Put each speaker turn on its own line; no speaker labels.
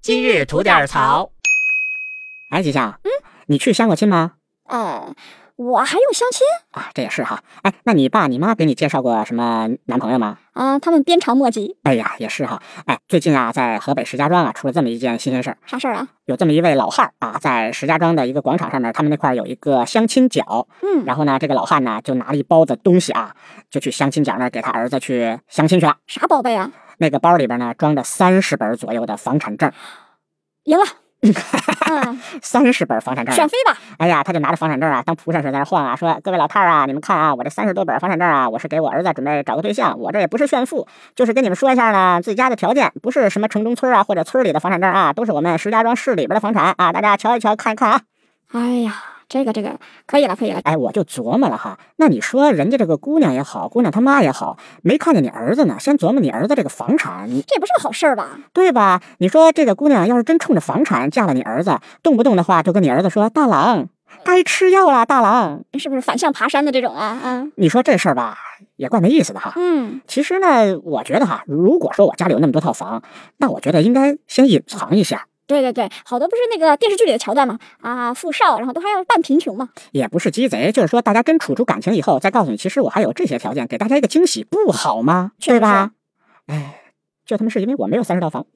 今日吐点槽。
哎，吉祥，嗯，你去相过亲吗？
嗯，我还用相亲？
啊，这也是哈。哎，那你爸你妈给你介绍过什么男朋友吗？
嗯，他们鞭长莫及。
哎呀，也是哈。哎，最近啊，在河北石家庄啊，出了这么一件新鲜事儿。
啥事儿啊？
有这么一位老汉儿啊，在石家庄的一个广场上面，他们那块儿有一个相亲角。
嗯，
然后呢，这个老汉呢就拿了一包的东西啊，就去相亲角那儿给他儿子去相亲去了。
啥宝贝啊？
那个包里边呢装着三十本左右的房产证，
赢 了。嗯，
三十本房产证啊。
选妃吧。
哎呀，他就拿着房产证啊，当蒲扇似的在那晃啊，说：“各位老太儿啊，你们看啊，我这三十多本房产证啊，我是给我儿子准备找个对象，我这也不是炫富，就是跟你们说一下呢，自己家的条件不是什么城中村啊或者村里的房产证啊，都是我们石家庄市里边的房产啊，大家瞧一瞧看一看啊。”
哎呀，这个这个可以了，可以了。
哎，我就琢磨了哈，那你说人家这个姑娘也好，姑娘她妈也好，没看见你儿子呢，先琢磨你儿子这个房产，你
这也不是个好事儿吧？
对吧？你说这个姑娘要是真冲着房产嫁了你儿子，动不动的话就跟你儿子说：“大郎，该吃药了，大郎。
是不是反向爬山的这种啊？啊”，
你说这事儿吧，也怪没意思的哈。
嗯，
其实呢，我觉得哈，如果说我家里有那么多套房，那我觉得应该先隐藏一下，
对对对，好多不是那个电视剧里的桥段嘛，啊，富少，然后都还要扮贫穷嘛。
也不是鸡贼，就是说大家真处出感情以后，再告诉你，其实我还有这些条件，给大家一个惊喜，不好吗？
确实
对吧？哎，就他妈是因为我没有三十套房。